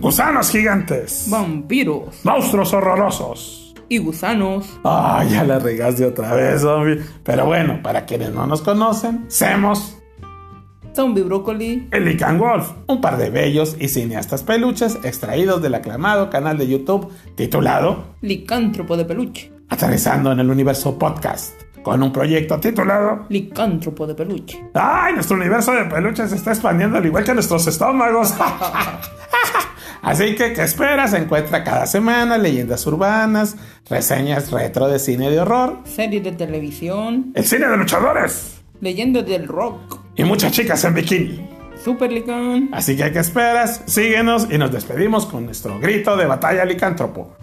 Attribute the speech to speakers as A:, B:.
A: Gusanos gigantes.
B: Vampiros
A: Monstruos horrorosos.
B: y gusanos.
A: Ah, ya la regaste otra vez, zombie. Pero bueno, para quienes no nos conocen, Semos
B: Zombie brócoli.
A: El Lican Wolf, un par de bellos y cineastas peluches extraídos del aclamado canal de YouTube titulado
B: Licántropo de peluche.
A: Aterrizando en el Universo Podcast, con un proyecto titulado
B: Licántropo de peluche.
A: ¡Ay! Nuestro universo de peluches se está expandiendo al igual que nuestros estómagos. Así que, ¿qué esperas? Encuentra cada semana leyendas urbanas, reseñas retro de cine de horror,
B: Series de televisión.
A: el cine de luchadores
B: Leyendas del rock.
A: y muchas chicas en bikini.
B: Super Licán.
A: Así que, ¿qué esperas? Síguenos y nos despedimos con nuestro grito de batalla licántropo.